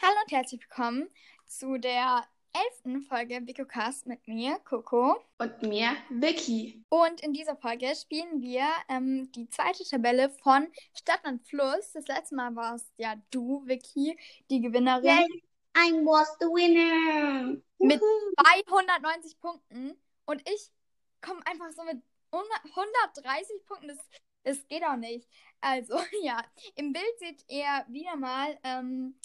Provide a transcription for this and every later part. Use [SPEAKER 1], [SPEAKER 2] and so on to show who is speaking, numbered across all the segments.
[SPEAKER 1] Hallo und herzlich willkommen zu der elften Folge BicoCast mit mir, Coco.
[SPEAKER 2] Und mir, Vicky.
[SPEAKER 1] Und in dieser Folge spielen wir ähm, die zweite Tabelle von Stadt und Fluss. Das letzte Mal warst ja du, Vicky, die Gewinnerin
[SPEAKER 3] I was the winner.
[SPEAKER 1] Mit- 290 Punkten. Und ich komme einfach so mit 130 Punkten. Das, das geht auch nicht. Also, ja. Im Bild seht ihr wieder mal ähm,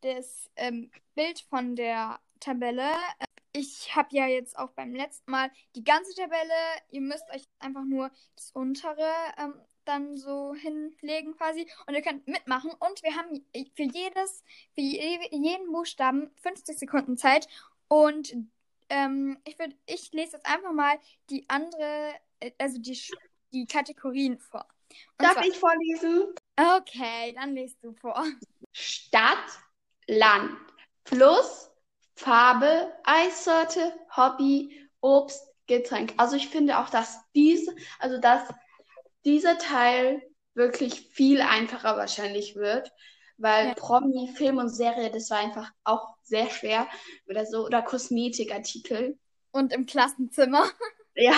[SPEAKER 1] das ähm, Bild von der Tabelle. Äh, Ich habe ja jetzt auch beim letzten Mal die ganze Tabelle. Ihr müsst euch einfach nur das untere ähm, dann so hinlegen quasi. Und ihr könnt mitmachen. Und wir haben für jedes, für je- jeden Buchstaben 50 Sekunden Zeit. Und ähm, ich, würd, ich lese jetzt einfach mal die andere, äh, also die, Sch- die Kategorien vor. Und
[SPEAKER 2] Darf
[SPEAKER 1] zwar,
[SPEAKER 2] ich vorlesen?
[SPEAKER 1] Okay, dann lest du vor.
[SPEAKER 2] Stadt, Land, Fluss, Farbe, Eissorte, Hobby, Obst, Getränk. Also ich finde auch, dass diese, also dass dieser Teil wirklich viel einfacher wahrscheinlich wird, weil
[SPEAKER 1] Ja.
[SPEAKER 2] Promi, Film und Serie, das war einfach auch sehr schwer oder so oder Kosmetikartikel.
[SPEAKER 1] Und im Klassenzimmer.
[SPEAKER 2] Ja,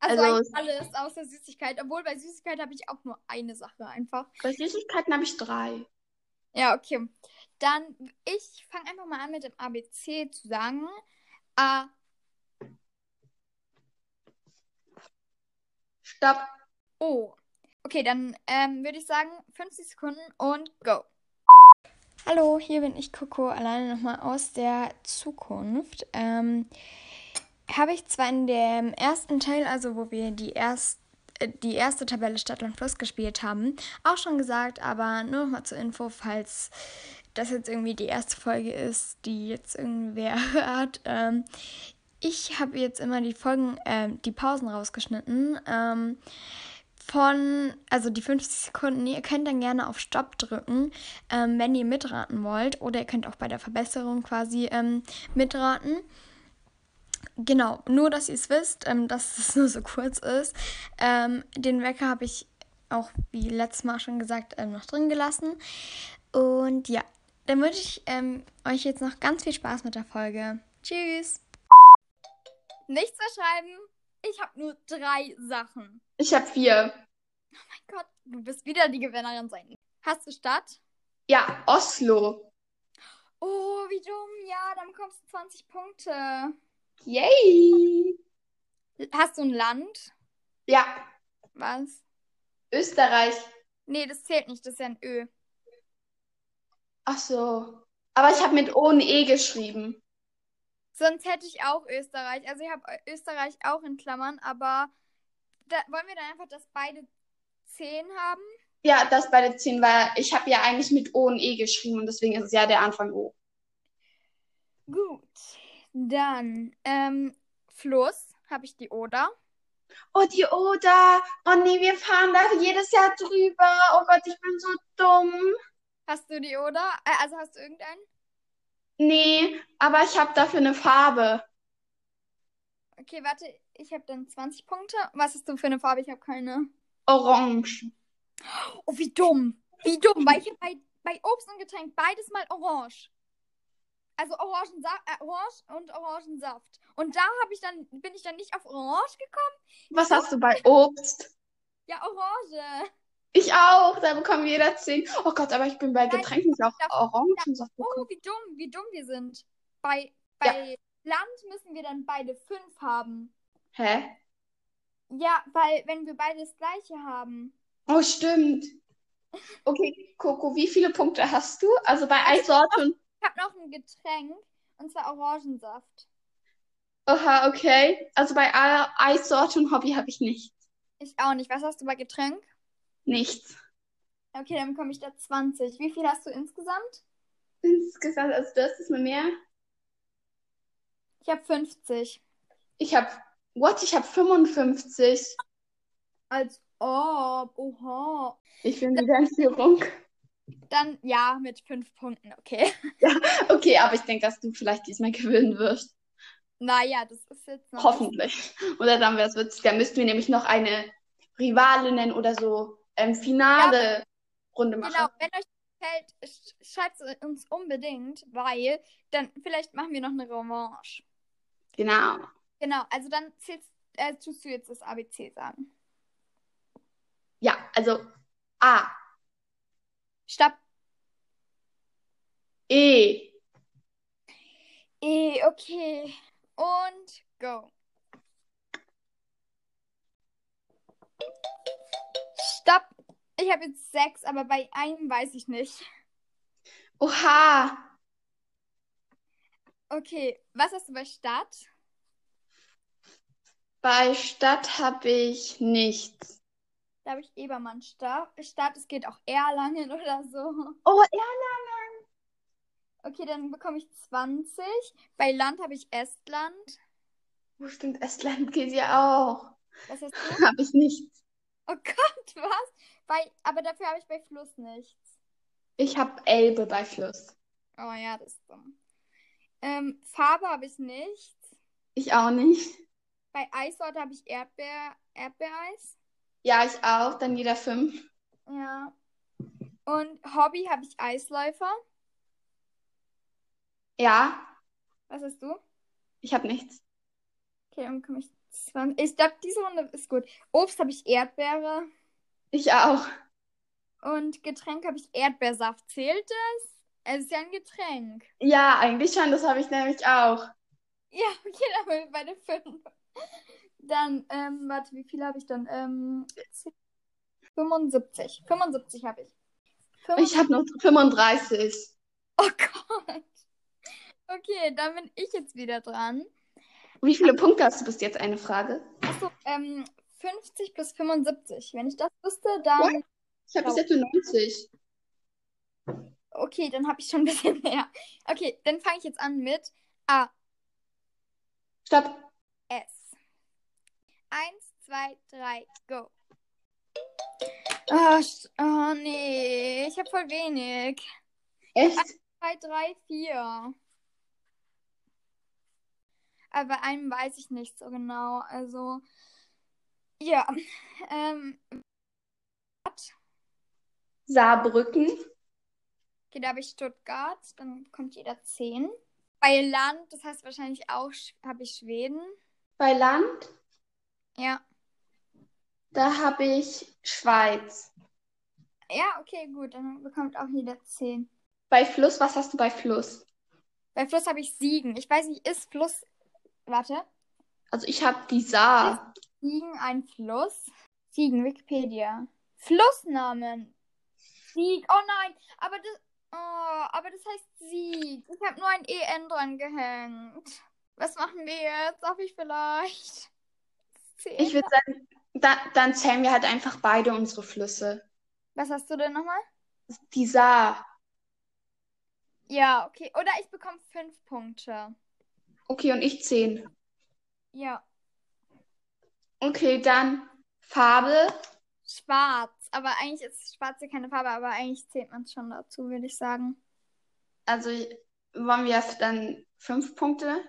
[SPEAKER 1] Also,
[SPEAKER 2] Also-
[SPEAKER 1] eigentlich alles außer Süßigkeit. Obwohl bei Süßigkeit habe ich auch nur eine Sache einfach.
[SPEAKER 2] bei Süßigkeiten habe ich drei.
[SPEAKER 1] Ja, okay. Dann, ich fange einfach mal an mit dem ABC zu sagen. A,
[SPEAKER 2] Stopp.
[SPEAKER 1] O. Okay, dann ähm, würde ich sagen 50 Sekunden und go. Hallo, hier bin ich Coco, alleine nochmal aus der Zukunft. Ähm, Habe ich zwar in dem ersten Teil, also wo wir die, erst, äh, die erste Tabelle Stadt und Fluss gespielt haben, auch schon gesagt, aber nur nochmal zur Info, falls das jetzt irgendwie die erste Folge ist, die jetzt irgendwer hört. Ähm, ich habe jetzt immer die Folgen, ähm, die Pausen rausgeschnitten. Ähm, von, also die 50 Sekunden, ihr könnt dann gerne auf Stopp drücken, ähm, wenn ihr mitraten wollt. Oder ihr könnt auch bei der Verbesserung quasi ähm, mitraten. Genau, nur dass ihr es wisst, ähm, dass es nur so kurz ist. Ähm, den Wecker habe ich auch, wie letztes Mal schon gesagt, ähm, noch drin gelassen. Und ja, dann wünsche ich ähm, euch jetzt noch ganz viel Spaß mit der Folge. Tschüss! Nichts verschreiben. Ich habe nur drei Sachen.
[SPEAKER 2] Ich habe vier.
[SPEAKER 1] Gott, du wirst wieder die Gewinnerin sein. Hast du Stadt?
[SPEAKER 2] Ja, Oslo.
[SPEAKER 1] Oh, wie dumm. Ja, dann bekommst du 20 Punkte.
[SPEAKER 2] Yay!
[SPEAKER 1] Hast du ein Land?
[SPEAKER 2] Ja,
[SPEAKER 1] Was?
[SPEAKER 2] Österreich.
[SPEAKER 1] Nee, das zählt nicht. Das ist ja ein Ö.
[SPEAKER 2] Ach so. Aber ich habe mit ohne E geschrieben.
[SPEAKER 1] Sonst hätte ich auch Österreich. Also ich habe Österreich auch in Klammern, aber da, wollen wir dann einfach, dass beide 10 haben?
[SPEAKER 2] Ja, das bei der 10 war, ich habe ja eigentlich mit ohne E geschrieben und deswegen ist es ja der Anfang O.
[SPEAKER 1] Gut. Dann, ähm, Fluss habe ich die Oder.
[SPEAKER 2] Oh, die Oder. Oh nee, wir fahren da jedes Jahr drüber. Oh Gott, ich bin so dumm.
[SPEAKER 1] Hast du die Oder? Äh, also hast du irgendeinen?
[SPEAKER 2] Nee, aber ich habe dafür eine Farbe.
[SPEAKER 1] Okay, warte. Ich habe dann 20 Punkte. Was hast du für eine Farbe? Ich habe keine.
[SPEAKER 2] Orange.
[SPEAKER 1] Oh, wie dumm. Wie dumm, weil ich hab bei, bei Obst und Getränk beides mal orange. Also Orangensaft, äh, Orange und Orangensaft. Und da habe ich dann, bin ich dann nicht auf Orange gekommen?
[SPEAKER 2] Was hast du bei Obst?
[SPEAKER 1] Ja, Orange.
[SPEAKER 2] Ich auch. Da bekommen wir jeder 10. Oh Gott, aber ich bin bei Getränken auch Orangensaft
[SPEAKER 1] Oh,
[SPEAKER 2] bekommen.
[SPEAKER 1] wie dumm, wie dumm wir sind. Bei, bei Land müssen wir dann beide fünf haben.
[SPEAKER 2] Hä?
[SPEAKER 1] Ja, weil wenn wir beide das gleiche haben.
[SPEAKER 2] Oh, stimmt. Okay, Coco, wie viele Punkte hast du? Also bei Eissorte und.
[SPEAKER 1] Ich habe noch ein Getränk, und zwar Orangensaft.
[SPEAKER 2] Oha, okay. Also bei A- Eissorte und Hobby habe ich nicht.
[SPEAKER 1] Ich auch nicht. Was hast du bei Getränk?
[SPEAKER 2] Nichts.
[SPEAKER 1] Okay, dann bekomme ich da 20. Wie viel hast du insgesamt?
[SPEAKER 2] Insgesamt, also du hast es mal mehr.
[SPEAKER 1] Ich habe 50.
[SPEAKER 2] Ich habe. What? Ich habe 55.
[SPEAKER 1] Als ob, oha.
[SPEAKER 2] Ich bin wieder in Führung.
[SPEAKER 1] Dann ja, mit fünf Punkten, okay.
[SPEAKER 2] Okay, aber ich denke, dass du vielleicht diesmal gewinnen wirst.
[SPEAKER 1] Naja, das ist jetzt noch.
[SPEAKER 2] Hoffentlich. Oder dann wäre es witzig. Dann müssten wir nämlich noch eine Rivalinnen oder so ähm, Finale-Runde machen.
[SPEAKER 1] Genau, wenn euch gefällt, sch schreibt es uns unbedingt, weil dann vielleicht machen wir noch eine Revanche.
[SPEAKER 2] Genau.
[SPEAKER 1] Genau, also dann zählst, äh, tust du jetzt das ABC sagen.
[SPEAKER 2] Ja, also A,
[SPEAKER 1] Stopp.
[SPEAKER 2] E,
[SPEAKER 1] Eh, okay. Und go. Stopp. Ich habe jetzt sechs, aber bei einem weiß ich nicht.
[SPEAKER 2] Oha,
[SPEAKER 1] Okay, was hast du bei Stadt?
[SPEAKER 2] bei Stadt habe ich nichts.
[SPEAKER 1] Da habe ich Ebermann Stadt. Stadt, es geht auch Erlangen oder so.
[SPEAKER 2] Oh, ja.
[SPEAKER 1] Okay, dann bekomme ich 20. Bei Land habe ich Estland.
[SPEAKER 2] Oh, stimmt, Estland geht ja auch.
[SPEAKER 1] Was hast du?
[SPEAKER 2] Habe ich nichts.
[SPEAKER 1] Oh Gott, was? Bei, aber dafür habe ich bei Fluss nichts.
[SPEAKER 2] Ich habe Elbe bei Fluss.
[SPEAKER 1] Oh ja, das ist dumm. Ähm, Farbe habe ich nicht.
[SPEAKER 2] Ich auch nicht.
[SPEAKER 1] Bei Eissorte habe ich Erdbeer, Erdbeereis.
[SPEAKER 2] Ja, ich auch. Dann jeder fünf.
[SPEAKER 1] Ja. Und Hobby habe ich Eisläufer.
[SPEAKER 2] Ja,
[SPEAKER 1] Was hast du?
[SPEAKER 2] ich habe nichts.
[SPEAKER 1] Okay, dann komme ich 20. Ich glaube, diese Runde ist gut. Obst habe ich Erdbeere.
[SPEAKER 2] Ich auch.
[SPEAKER 1] Und Getränk habe ich Erdbeersaft. Zählt das? Es ist ja ein Getränk.
[SPEAKER 2] Ja, eigentlich schon. Das habe ich nämlich auch.
[SPEAKER 1] Ja, okay, dann bin ich bei der 5. Dann, ähm, warte, wie viele habe ich dann? Ähm, 75. 75 habe ich.
[SPEAKER 2] Ich habe noch 35.
[SPEAKER 1] Oh Gott. Okay, dann bin ich jetzt wieder dran.
[SPEAKER 2] Wie viele Punkte hast du bis jetzt? Eine Frage.
[SPEAKER 1] Achso, ähm, 50 plus 75. Wenn ich das wüsste, dann.
[SPEAKER 2] Ich habe bis jetzt nur 90.
[SPEAKER 1] Okay, dann habe ich schon ein bisschen mehr. Okay, dann fange ich jetzt an mit A,
[SPEAKER 2] Stopp.
[SPEAKER 1] S. Eins, zwei, drei, go. Ah, sch- oh nee, ich habe voll wenig.
[SPEAKER 2] Echt?
[SPEAKER 1] Zwei, drei, vier. Aber bei einem weiß ich nicht so genau. Also, ja. Ähm,
[SPEAKER 2] Saarbrücken.
[SPEAKER 1] Okay, da habe ich Stuttgart, dann kommt jeder 10. Bei Land, das heißt wahrscheinlich auch, Sch- habe ich Schweden.
[SPEAKER 2] Bei Land.
[SPEAKER 1] Ja.
[SPEAKER 2] Da habe ich Schweiz.
[SPEAKER 1] Ja, okay, gut, dann bekommt auch jeder 10.
[SPEAKER 2] Bei Fluss, was hast du bei Fluss?
[SPEAKER 1] Bei Fluss habe ich Siegen. Ich weiß nicht, ist Fluss. Warte.
[SPEAKER 2] Also ich habe die Saar.
[SPEAKER 1] Siegen ein Fluss? Siegen, Wikipedia. Flussnamen. Sieg. Oh nein, aber das. Oh, aber das heißt Sieg. Ich habe nur ein EN dran gehängt. Was machen wir jetzt? Darf ich vielleicht?
[SPEAKER 2] Ich würde sagen, da, dann zählen wir halt einfach beide unsere Flüsse.
[SPEAKER 1] Was hast du denn nochmal?
[SPEAKER 2] Die Saar.
[SPEAKER 1] Ja, okay. Oder ich bekomme fünf Punkte.
[SPEAKER 2] Okay, und ich zehn.
[SPEAKER 1] Ja.
[SPEAKER 2] Okay, dann Farbe.
[SPEAKER 1] Schwarz. Aber eigentlich ist schwarz ja keine Farbe, aber eigentlich zählt man es schon dazu, würde ich sagen.
[SPEAKER 2] Also wollen wir dann fünf Punkte?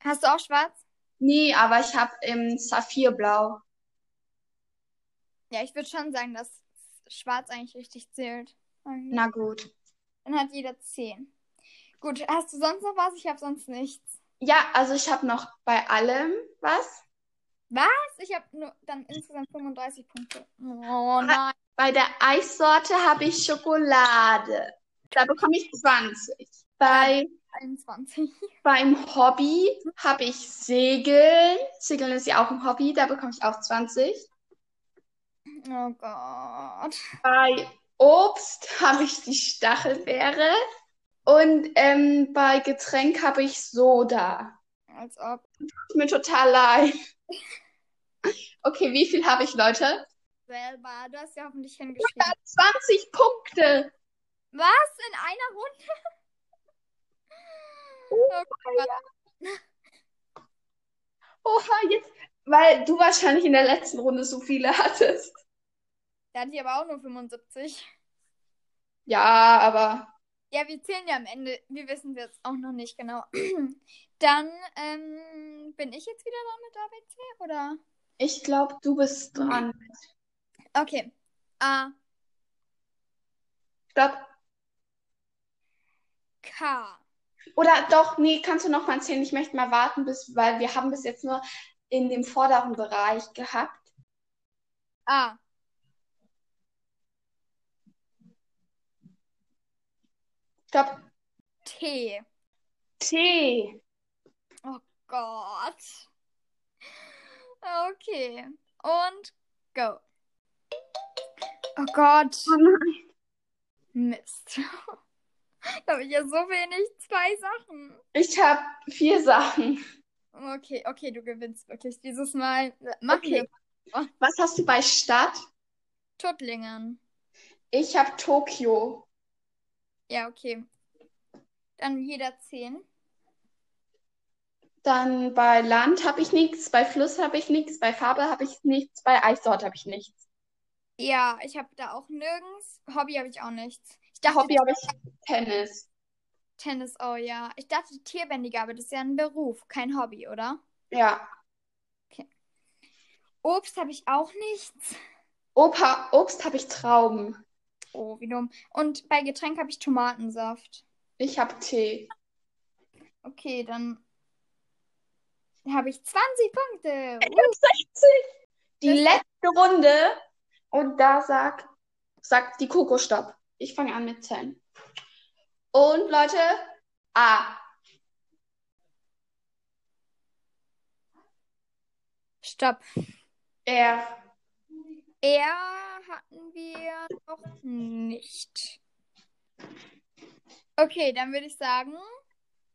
[SPEAKER 1] Hast du auch schwarz?
[SPEAKER 2] Nee, aber ich habe im Saphirblau.
[SPEAKER 1] Ja, ich würde schon sagen, dass schwarz eigentlich richtig zählt. Eigentlich.
[SPEAKER 2] Na gut.
[SPEAKER 1] Dann hat jeder zehn. Gut, hast du sonst noch was? Ich habe sonst nichts.
[SPEAKER 2] Ja, also ich habe noch bei allem was.
[SPEAKER 1] Was? Ich habe nur dann insgesamt 35 Punkte. Oh nein.
[SPEAKER 2] Bei der Eissorte habe ich Schokolade. Da bekomme ich 20. Bei,
[SPEAKER 1] 21.
[SPEAKER 2] beim Hobby habe ich Segeln. Segeln ist ja auch ein Hobby, da bekomme ich auch 20.
[SPEAKER 1] Oh Gott.
[SPEAKER 2] Bei Obst habe ich die Stachelbeere. Und ähm, bei Getränk habe ich Soda.
[SPEAKER 1] Als ob.
[SPEAKER 2] Tut mir total leid. Okay, wie viel habe ich, Leute?
[SPEAKER 1] Selber. Du hast ja hoffentlich hingeschrieben.
[SPEAKER 2] 20 Punkte.
[SPEAKER 1] Was? In einer Runde? Oh Gott.
[SPEAKER 2] Oha, jetzt, weil du wahrscheinlich in der letzten Runde so viele hattest.
[SPEAKER 1] Da hatte ich aber auch nur 75.
[SPEAKER 2] Ja, aber
[SPEAKER 1] Ja, wir zählen ja am Ende. Wir wissen es jetzt auch noch nicht genau. Dann ähm, bin ich jetzt wieder da mit ABC, oder?
[SPEAKER 2] ich glaube, du bist dran.
[SPEAKER 1] Okay. A,
[SPEAKER 2] Stopp.
[SPEAKER 1] K.
[SPEAKER 2] Oder doch, nee, kannst du noch mal erzählen? Ich möchte mal warten, bis, weil wir haben bis jetzt nur in dem vorderen Bereich gehabt.
[SPEAKER 1] A.
[SPEAKER 2] Stopp.
[SPEAKER 1] T.
[SPEAKER 2] T.
[SPEAKER 1] Oh Gott. Okay. Und go. Oh Gott.
[SPEAKER 3] Oh nein.
[SPEAKER 1] Mist. da habe ich ja so wenig. Zwei Sachen.
[SPEAKER 2] Ich habe vier Sachen.
[SPEAKER 1] Okay, okay, du gewinnst wirklich dieses Mal. Mach
[SPEAKER 2] Okay.
[SPEAKER 1] okay.
[SPEAKER 2] Was hast du bei Stadt?
[SPEAKER 1] Tuttlingen.
[SPEAKER 2] Ich habe Tokio.
[SPEAKER 1] Ja, okay. Dann jeder zehn.
[SPEAKER 2] Dann bei Land habe ich nichts, bei Fluss habe ich nichts, bei Farbe habe ich nichts, bei Eissorte habe ich nichts.
[SPEAKER 1] Ja, ich habe da auch nirgends. Hobby habe ich auch nichts. Ich
[SPEAKER 2] Da
[SPEAKER 1] dachte
[SPEAKER 2] Hobby habe ich Tennis.
[SPEAKER 1] Tennis, oh ja. Ich dachte Tierbändiger, aber das ist ja ein Beruf, kein Hobby, oder?
[SPEAKER 2] Ja.
[SPEAKER 1] Obst habe ich auch nichts.
[SPEAKER 2] Opa, Obst habe ich Trauben.
[SPEAKER 1] Oh, wie dumm. Und bei Getränk habe ich Tomatensaft.
[SPEAKER 2] Ich habe Tee.
[SPEAKER 1] Okay, dann habe ich 20 Punkte.
[SPEAKER 2] Ich habe 60. Die
[SPEAKER 1] Das-
[SPEAKER 2] letzte Runde. Und da sagt, sagt die Coco Stopp. Ich fange an mit Zählen. Und Leute, A.
[SPEAKER 1] Stopp.
[SPEAKER 2] R.
[SPEAKER 1] Er hatten wir noch nicht. Okay, dann würde ich sagen,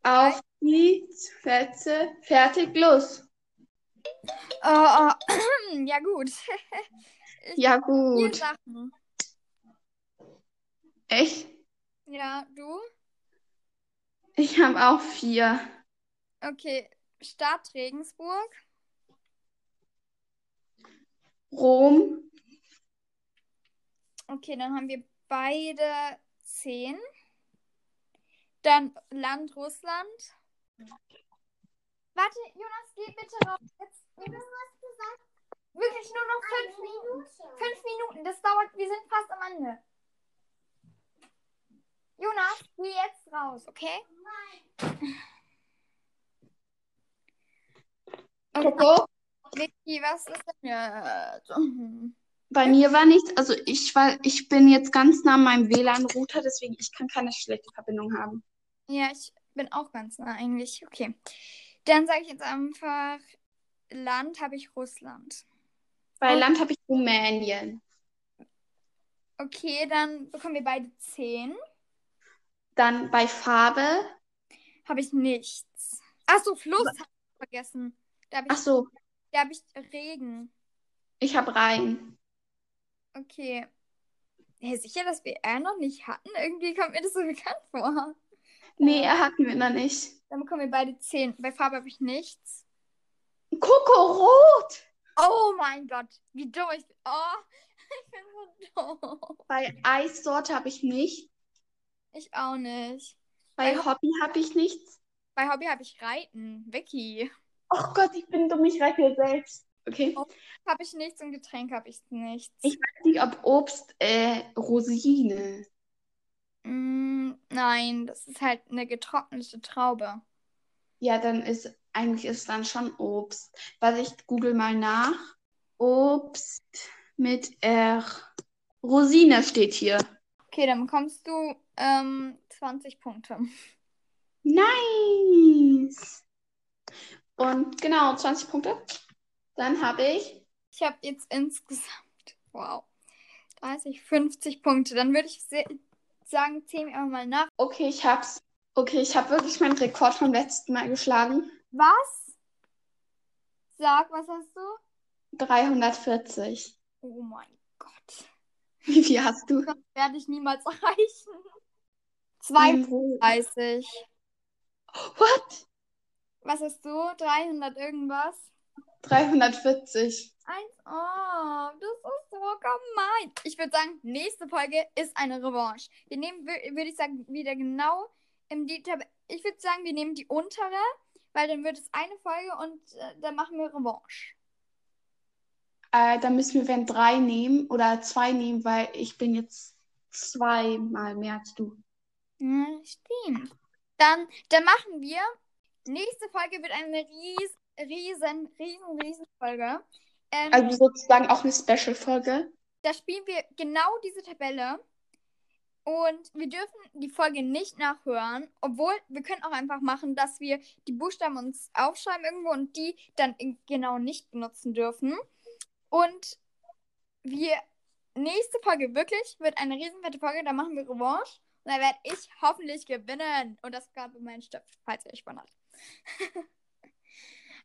[SPEAKER 2] Auf die Sätze. Fertig, los.
[SPEAKER 1] oh, oh, ja gut, vier
[SPEAKER 2] Ja, gut.
[SPEAKER 1] Sachen.
[SPEAKER 2] Ich,
[SPEAKER 1] Ja, du?
[SPEAKER 2] ich habe auch vier.
[SPEAKER 1] Okay, Stadt Regensburg,
[SPEAKER 2] Rom.
[SPEAKER 1] Okay, dann haben wir beide 10. Dann Land Russland. Warte, Jonas, geh bitte raus. Jetzt, Jonas, hast gesagt, wirklich nur noch fünf Minuten. Fünf Minuten, das dauert, wir sind fast am Ende. Jonas, geh jetzt raus, okay?
[SPEAKER 2] Coco,
[SPEAKER 1] Vicky, was ist denn jetzt? Mhm.
[SPEAKER 2] bei mir war nichts. Also ich war, ich bin jetzt ganz nah an meinem WLAN-Router, deswegen ich kann keine schlechte Verbindung haben.
[SPEAKER 1] Ja, ich bin auch ganz nah eigentlich. Okay. Dann sage ich jetzt einfach, Land habe ich Russland.
[SPEAKER 2] Bei
[SPEAKER 1] Oh.
[SPEAKER 2] Land habe ich Rumänien.
[SPEAKER 1] Okay, dann bekommen wir beide 10.
[SPEAKER 2] Dann bei Farbe.
[SPEAKER 1] Habe ich nichts. Achso, Fluss habe ich vergessen. Da habe
[SPEAKER 2] Ach
[SPEAKER 1] ich,
[SPEAKER 2] so,
[SPEAKER 1] da hab ich Regen.
[SPEAKER 2] ich habe Rhein.
[SPEAKER 1] Okay. Ja, sicher, dass wir R noch nicht hatten? Irgendwie kommt mir das so bekannt vor.
[SPEAKER 2] Nee, er hatten wir noch nicht.
[SPEAKER 1] Dann bekommen wir beide 10. Bei Farbe habe ich nichts.
[SPEAKER 2] Coco Rot.
[SPEAKER 1] Oh mein Gott, wie dumm ich bin. Oh, ich bin so dumm.
[SPEAKER 2] Bei Eissorte habe ich nicht.
[SPEAKER 1] Ich auch nicht.
[SPEAKER 2] Bei
[SPEAKER 1] Bei-
[SPEAKER 2] Hobby habe ich nichts.
[SPEAKER 1] Bei Hobby habe ich Reiten. Vicky.
[SPEAKER 2] Ach Gott, ich bin dumm, ich rechne selbst. Okay.
[SPEAKER 1] Habe ich nichts und Getränk habe ich nichts.
[SPEAKER 2] Ich weiß nicht, ob Obst, äh, Rosine.
[SPEAKER 1] Mm, nein, das ist halt eine getrocknete Traube.
[SPEAKER 2] Ja, dann ist, eigentlich ist dann schon Obst. Warte, ich google mal nach. Obst mit R. Rosine steht hier.
[SPEAKER 1] Okay, dann bekommst du ähm, 20 Punkte.
[SPEAKER 2] Nice. Und genau, 20 Punkte. Dann habe ich
[SPEAKER 1] Ich habe jetzt insgesamt, wow, 30, 50 Punkte. Dann würde ich se- sagen, zähl mir einfach mal nach.
[SPEAKER 2] Okay, ich hab's. Okay, ich habe wirklich meinen Rekord vom letzten Mal geschlagen.
[SPEAKER 1] Was? Sag, was hast du?
[SPEAKER 2] 340.
[SPEAKER 1] Oh mein Gott.
[SPEAKER 2] Wie viel hast du?
[SPEAKER 1] Das werde ich niemals erreichen.
[SPEAKER 2] Bruder.
[SPEAKER 1] 32.
[SPEAKER 2] What?
[SPEAKER 1] Was hast du? 300 irgendwas?
[SPEAKER 2] 340.
[SPEAKER 1] Eins, oh, das ist so gemein. Ich würde sagen, nächste Folge ist eine Revanche. Wir nehmen, würde ich sagen, wieder genau im Detail. Ich würde sagen, wir nehmen die untere, weil dann wird es eine Folge und äh, dann machen wir Revanche.
[SPEAKER 2] Äh, dann müssen wir wenn drei nehmen oder zwei nehmen, weil ich bin jetzt zweimal mehr als du.
[SPEAKER 1] Hm, stimmt. Dann, dann machen wir. Nächste Folge wird eine ries, riesen, riesen, riesen Folge. Ähm,
[SPEAKER 2] Also sozusagen auch eine Special-Folge.
[SPEAKER 1] da spielen wir genau diese Tabelle. Und wir dürfen die Folge nicht nachhören, obwohl wir können auch einfach machen, dass wir die Buchstaben uns aufschreiben irgendwo und die dann in- genau nicht benutzen dürfen. Und wir nächste Folge wirklich wird eine riesenfette Folge, da machen wir Revanche und da werde ich hoffentlich gewinnen und das gerade bei meinen Stöpfen, falls ihr euch wundert.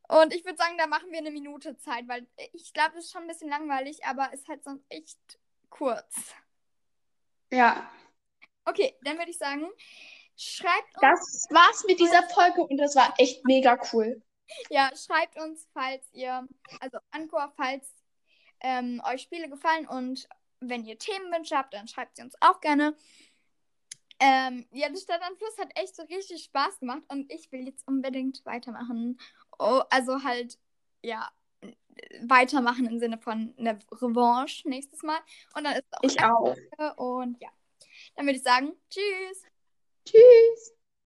[SPEAKER 1] Und ich würde sagen, da machen wir eine Minute Zeit, weil ich glaube, es ist schon ein bisschen langweilig, aber ist halt sonst echt kurz.
[SPEAKER 2] Ja,
[SPEAKER 1] Okay, dann würde ich sagen, schreibt uns,
[SPEAKER 2] das war's mit dieser Folge und das war echt mega cool.
[SPEAKER 1] ja, schreibt uns, falls ihr, also Anchor, falls ähm, euch Spiele gefallen und wenn ihr Themenwünsche habt, dann schreibt sie uns auch gerne. Ähm, ja, die Stadt am Fluss hat echt so richtig Spaß gemacht und ich will jetzt unbedingt weitermachen. Oh, also halt, ja, weitermachen im Sinne von einer Revanche nächstes Mal. Und dann ist auch
[SPEAKER 2] Ich auch.
[SPEAKER 1] Und ja, dann würde ich sagen, tschüss.
[SPEAKER 2] Tschüss.